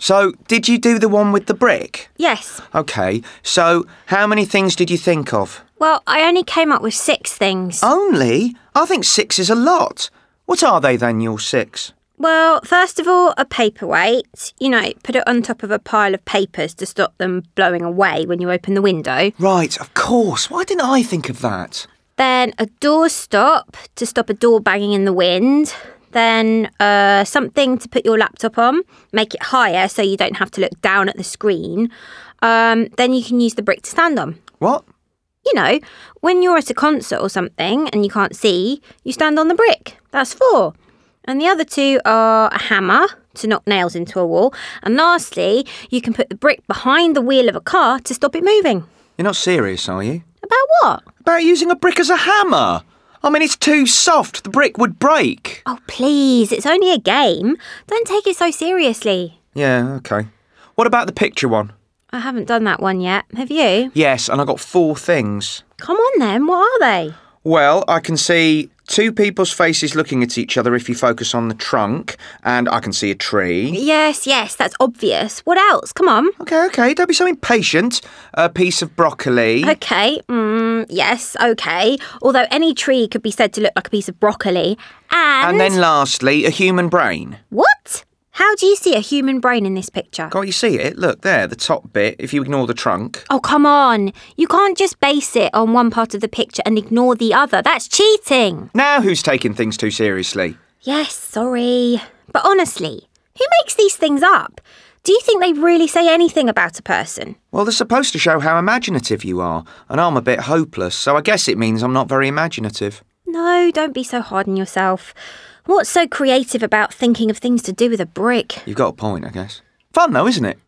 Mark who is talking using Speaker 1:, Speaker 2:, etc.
Speaker 1: So, did you do the one with the brick?
Speaker 2: Yes.
Speaker 1: Okay, so how many things did you think of?
Speaker 2: Well, I only came up with six things.
Speaker 1: Oh. Only? I think six is a lot. What are they then, your six?
Speaker 2: Well, first of all, a paperweight. You know, put it on top of a pile of papers to stop them blowing away when you open the window.
Speaker 1: Right, of course. Why didn't I think of that?
Speaker 2: Then a doorstop to stop a door banging in the wind. Then uh, something to put your laptop on, make it higher so you don't have to look down at the screen. Um, then you can use the brick to stand on.
Speaker 1: What?
Speaker 2: You know, when you're at a concert or something and you can't see, you stand on the brick. That's four. And the other two are a hammer to knock nails into a wall. And lastly, you can put the brick behind the wheel of a car to stop it moving.
Speaker 1: You're not serious, are you?
Speaker 2: About what?
Speaker 1: About using a brick as a hammer. I mean, it's too soft. The brick would break.
Speaker 2: Oh, please, it's only a game. Don't take it so seriously.
Speaker 1: Yeah, okay. What about the picture one?
Speaker 2: I haven't done that one yet. Have you?
Speaker 1: Yes, and I got four things.
Speaker 2: Come on then, what are they?
Speaker 1: Well, I can see two people's faces looking at each other if you focus on the trunk, and I can see a tree.
Speaker 2: Yes, yes, that's obvious. What else? Come on.
Speaker 1: Okay, okay, don't be so impatient. A piece of broccoli.
Speaker 2: Okay, mm, yes, okay. Although any tree could be said to look like a piece of broccoli. And,
Speaker 1: And then lastly, a human brain.
Speaker 2: What? How do you see a human brain in this picture?
Speaker 1: Can't you see it? Look there, the top bit, if you ignore the trunk.
Speaker 2: Oh, come on. You can't just base it on one part of the picture and ignore the other. That's cheating.
Speaker 1: Now who's taking things too seriously?
Speaker 2: Yes, sorry. But honestly, who makes these things up? Do you think they really say anything about a person?
Speaker 1: Well, they're supposed to show how imaginative you are, and I'm a bit hopeless, so I guess it means I'm not very imaginative.
Speaker 2: No, don't be so hard on yourself. What's so creative about thinking of things to do with a brick?
Speaker 1: You've got a point, I guess. Fun though, isn't it?